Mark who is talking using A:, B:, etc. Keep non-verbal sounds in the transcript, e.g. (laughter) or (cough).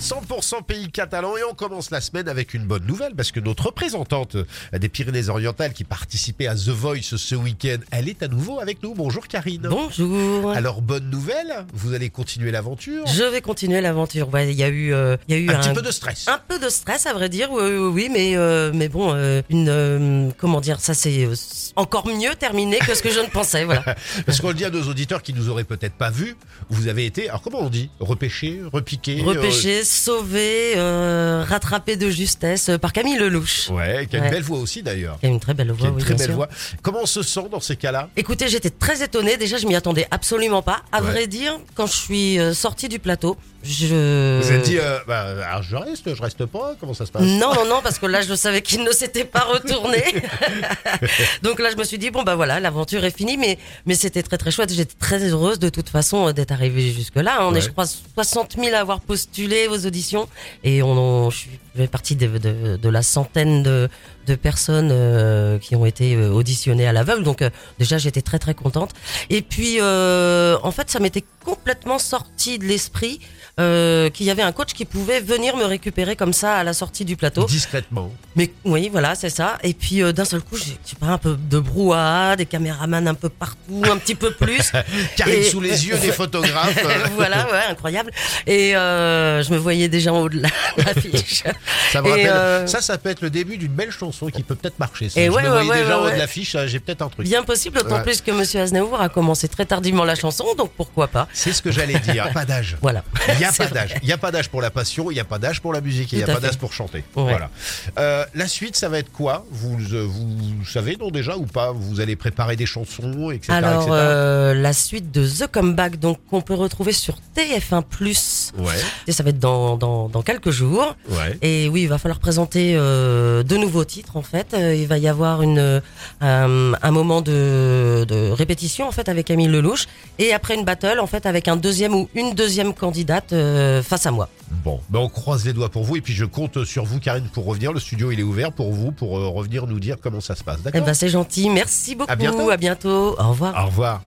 A: 100% pays catalan et on commence la semaine avec une bonne nouvelle parce que notre représentante des Pyrénées-Orientales qui participait à The Voice ce week-end, elle est à nouveau avec nous. Bonjour Karine.
B: Bonjour.
A: Alors bonne nouvelle, vous allez continuer l'aventure.
B: Je vais continuer l'aventure. Ouais, Il y a eu, euh, il y a eu
A: Un petit peu de stress.
B: un Ah. peu de stress à vrai dire. Oui, oui, oui, mais euh, mais bon, euh, une euh, comment dire ça, c'est euh, encore mieux terminé que ce que je ne pensais.
A: (laughs)
B: Voilà.
A: Parce qu'on le dit à nos auditeurs qui nous auraient peut-être pas vus, vous avez été, alors comment on dit Repêché, repiqué euh,
B: Repêché, sauvé, euh, rattrapé de justesse euh, par Camille Lelouch.
A: Ouais, qui a une
B: Ouais.
A: belle voix aussi d'ailleurs.
B: Qui a une très belle
A: Qui a
B: voix.
A: une
B: oui,
A: très
B: bien
A: belle
B: sûr.
A: voix. Comment on se sent dans ces cas-là
B: Écoutez, j'étais très étonnée. Déjà, je m'y attendais absolument pas. À
A: Ouais.
B: vrai dire, quand je suis euh, sortie du plateau, je.
A: Vous avez dit, euh, bah, alors je reste, je reste pas, comment ça se passe
B: Non, non, non, parce que là, je savais qu'il ne s'était
A: (laughs)
B: pas retourné. Donc là, je me suis dit, bon, bah voilà, l'aventure est finie, mais, mais c'était très, très chouette. J'étais très heureuse de toute façon euh, d'être arrivée jusque-là. hein. On
A: Ouais.
B: est, je crois, 60 000 à avoir postulé aux auditions. Et on, en- je fais partie de, de, de la centaine de, de personnes euh, qui ont été euh, auditionnées à l'aveugle. Donc euh, déjà, j'étais très, très contente. Et puis, euh, en fait, ça m'était complètement sorti de l'esprit euh, qu'il y avait un coach qui pouvait venir me récupérer comme ça à la sortie du plateau.
A: Discrètement.
B: Mais oui, voilà, c'est ça. Et puis euh, d'un seul coup, j'ai je sais pas un peu de brouhaha, des caméramans un peu partout, un petit peu plus. (laughs)
A: Karine
B: Et-
A: sous les yeux des photographes.
B: (laughs)
A: euh,
B: voilà, ouais, incroyable. Et euh, je me voyais déjà en haut de la- l'affiche.
A: Ça me
B: Et,
A: rappelle.
B: euh,
A: Ça, ça peut être le début d'une belle chanson qui peut peut-être marcher. ça.
B: Et
A: je
B: ouais,
A: me
B: ouais,
A: voyais
B: ouais,
A: déjà en
B: ouais,
A: haut de
B: ouais.
A: l'affiche, euh, j'ai peut-être un truc.
B: Bien possible, d'autant
A: Ouais.
B: plus que Monsieur Aznavour a commencé très tardivement la chanson, donc pourquoi pas.
A: C'est ce que
B: (laughs)
A: j'allais dire. Pas d'âge.
B: Voilà.
A: Il n'y a
B: C'est
A: pas d'âge. Il n'y a pas d'âge pour la passion, il n'y a pas d'âge pour la musique, et il n'y a
B: Tout à
A: pas d'âge
B: fait.
A: pour chanter.
B: Ouais.
A: Voilà. Euh, la suite, ça va être quoi vous, euh, vous savez non déjà ou pas Vous allez préparer des chansons, etc.
B: Alors,
A: etc.
B: euh, la suite de The Comeback, donc qu'on peut retrouver sur TF1+.
A: Ouais,
B: Et ça va être dans, dans, dans quelques jours.
A: ouais.
B: Et oui, il va falloir présenter euh, de nouveaux titres en fait. Euh, Il va y avoir une, euh, un moment de, de répétition en fait avec Camille Lelouch et après une battle en fait avec un deuxième ou une deuxième candidate euh, face à moi.
A: Bon, ben on croise les doigts pour vous et puis je compte sur vous, Karine, pour revenir. Le studio, il est ouvert pour vous, pour euh, revenir nous dire comment ça se passe.
B: Eh
A: D'accord
B: ben c'est gentil, merci beaucoup,
A: bientôt.
B: à bientôt. au revoir.
A: Au revoir.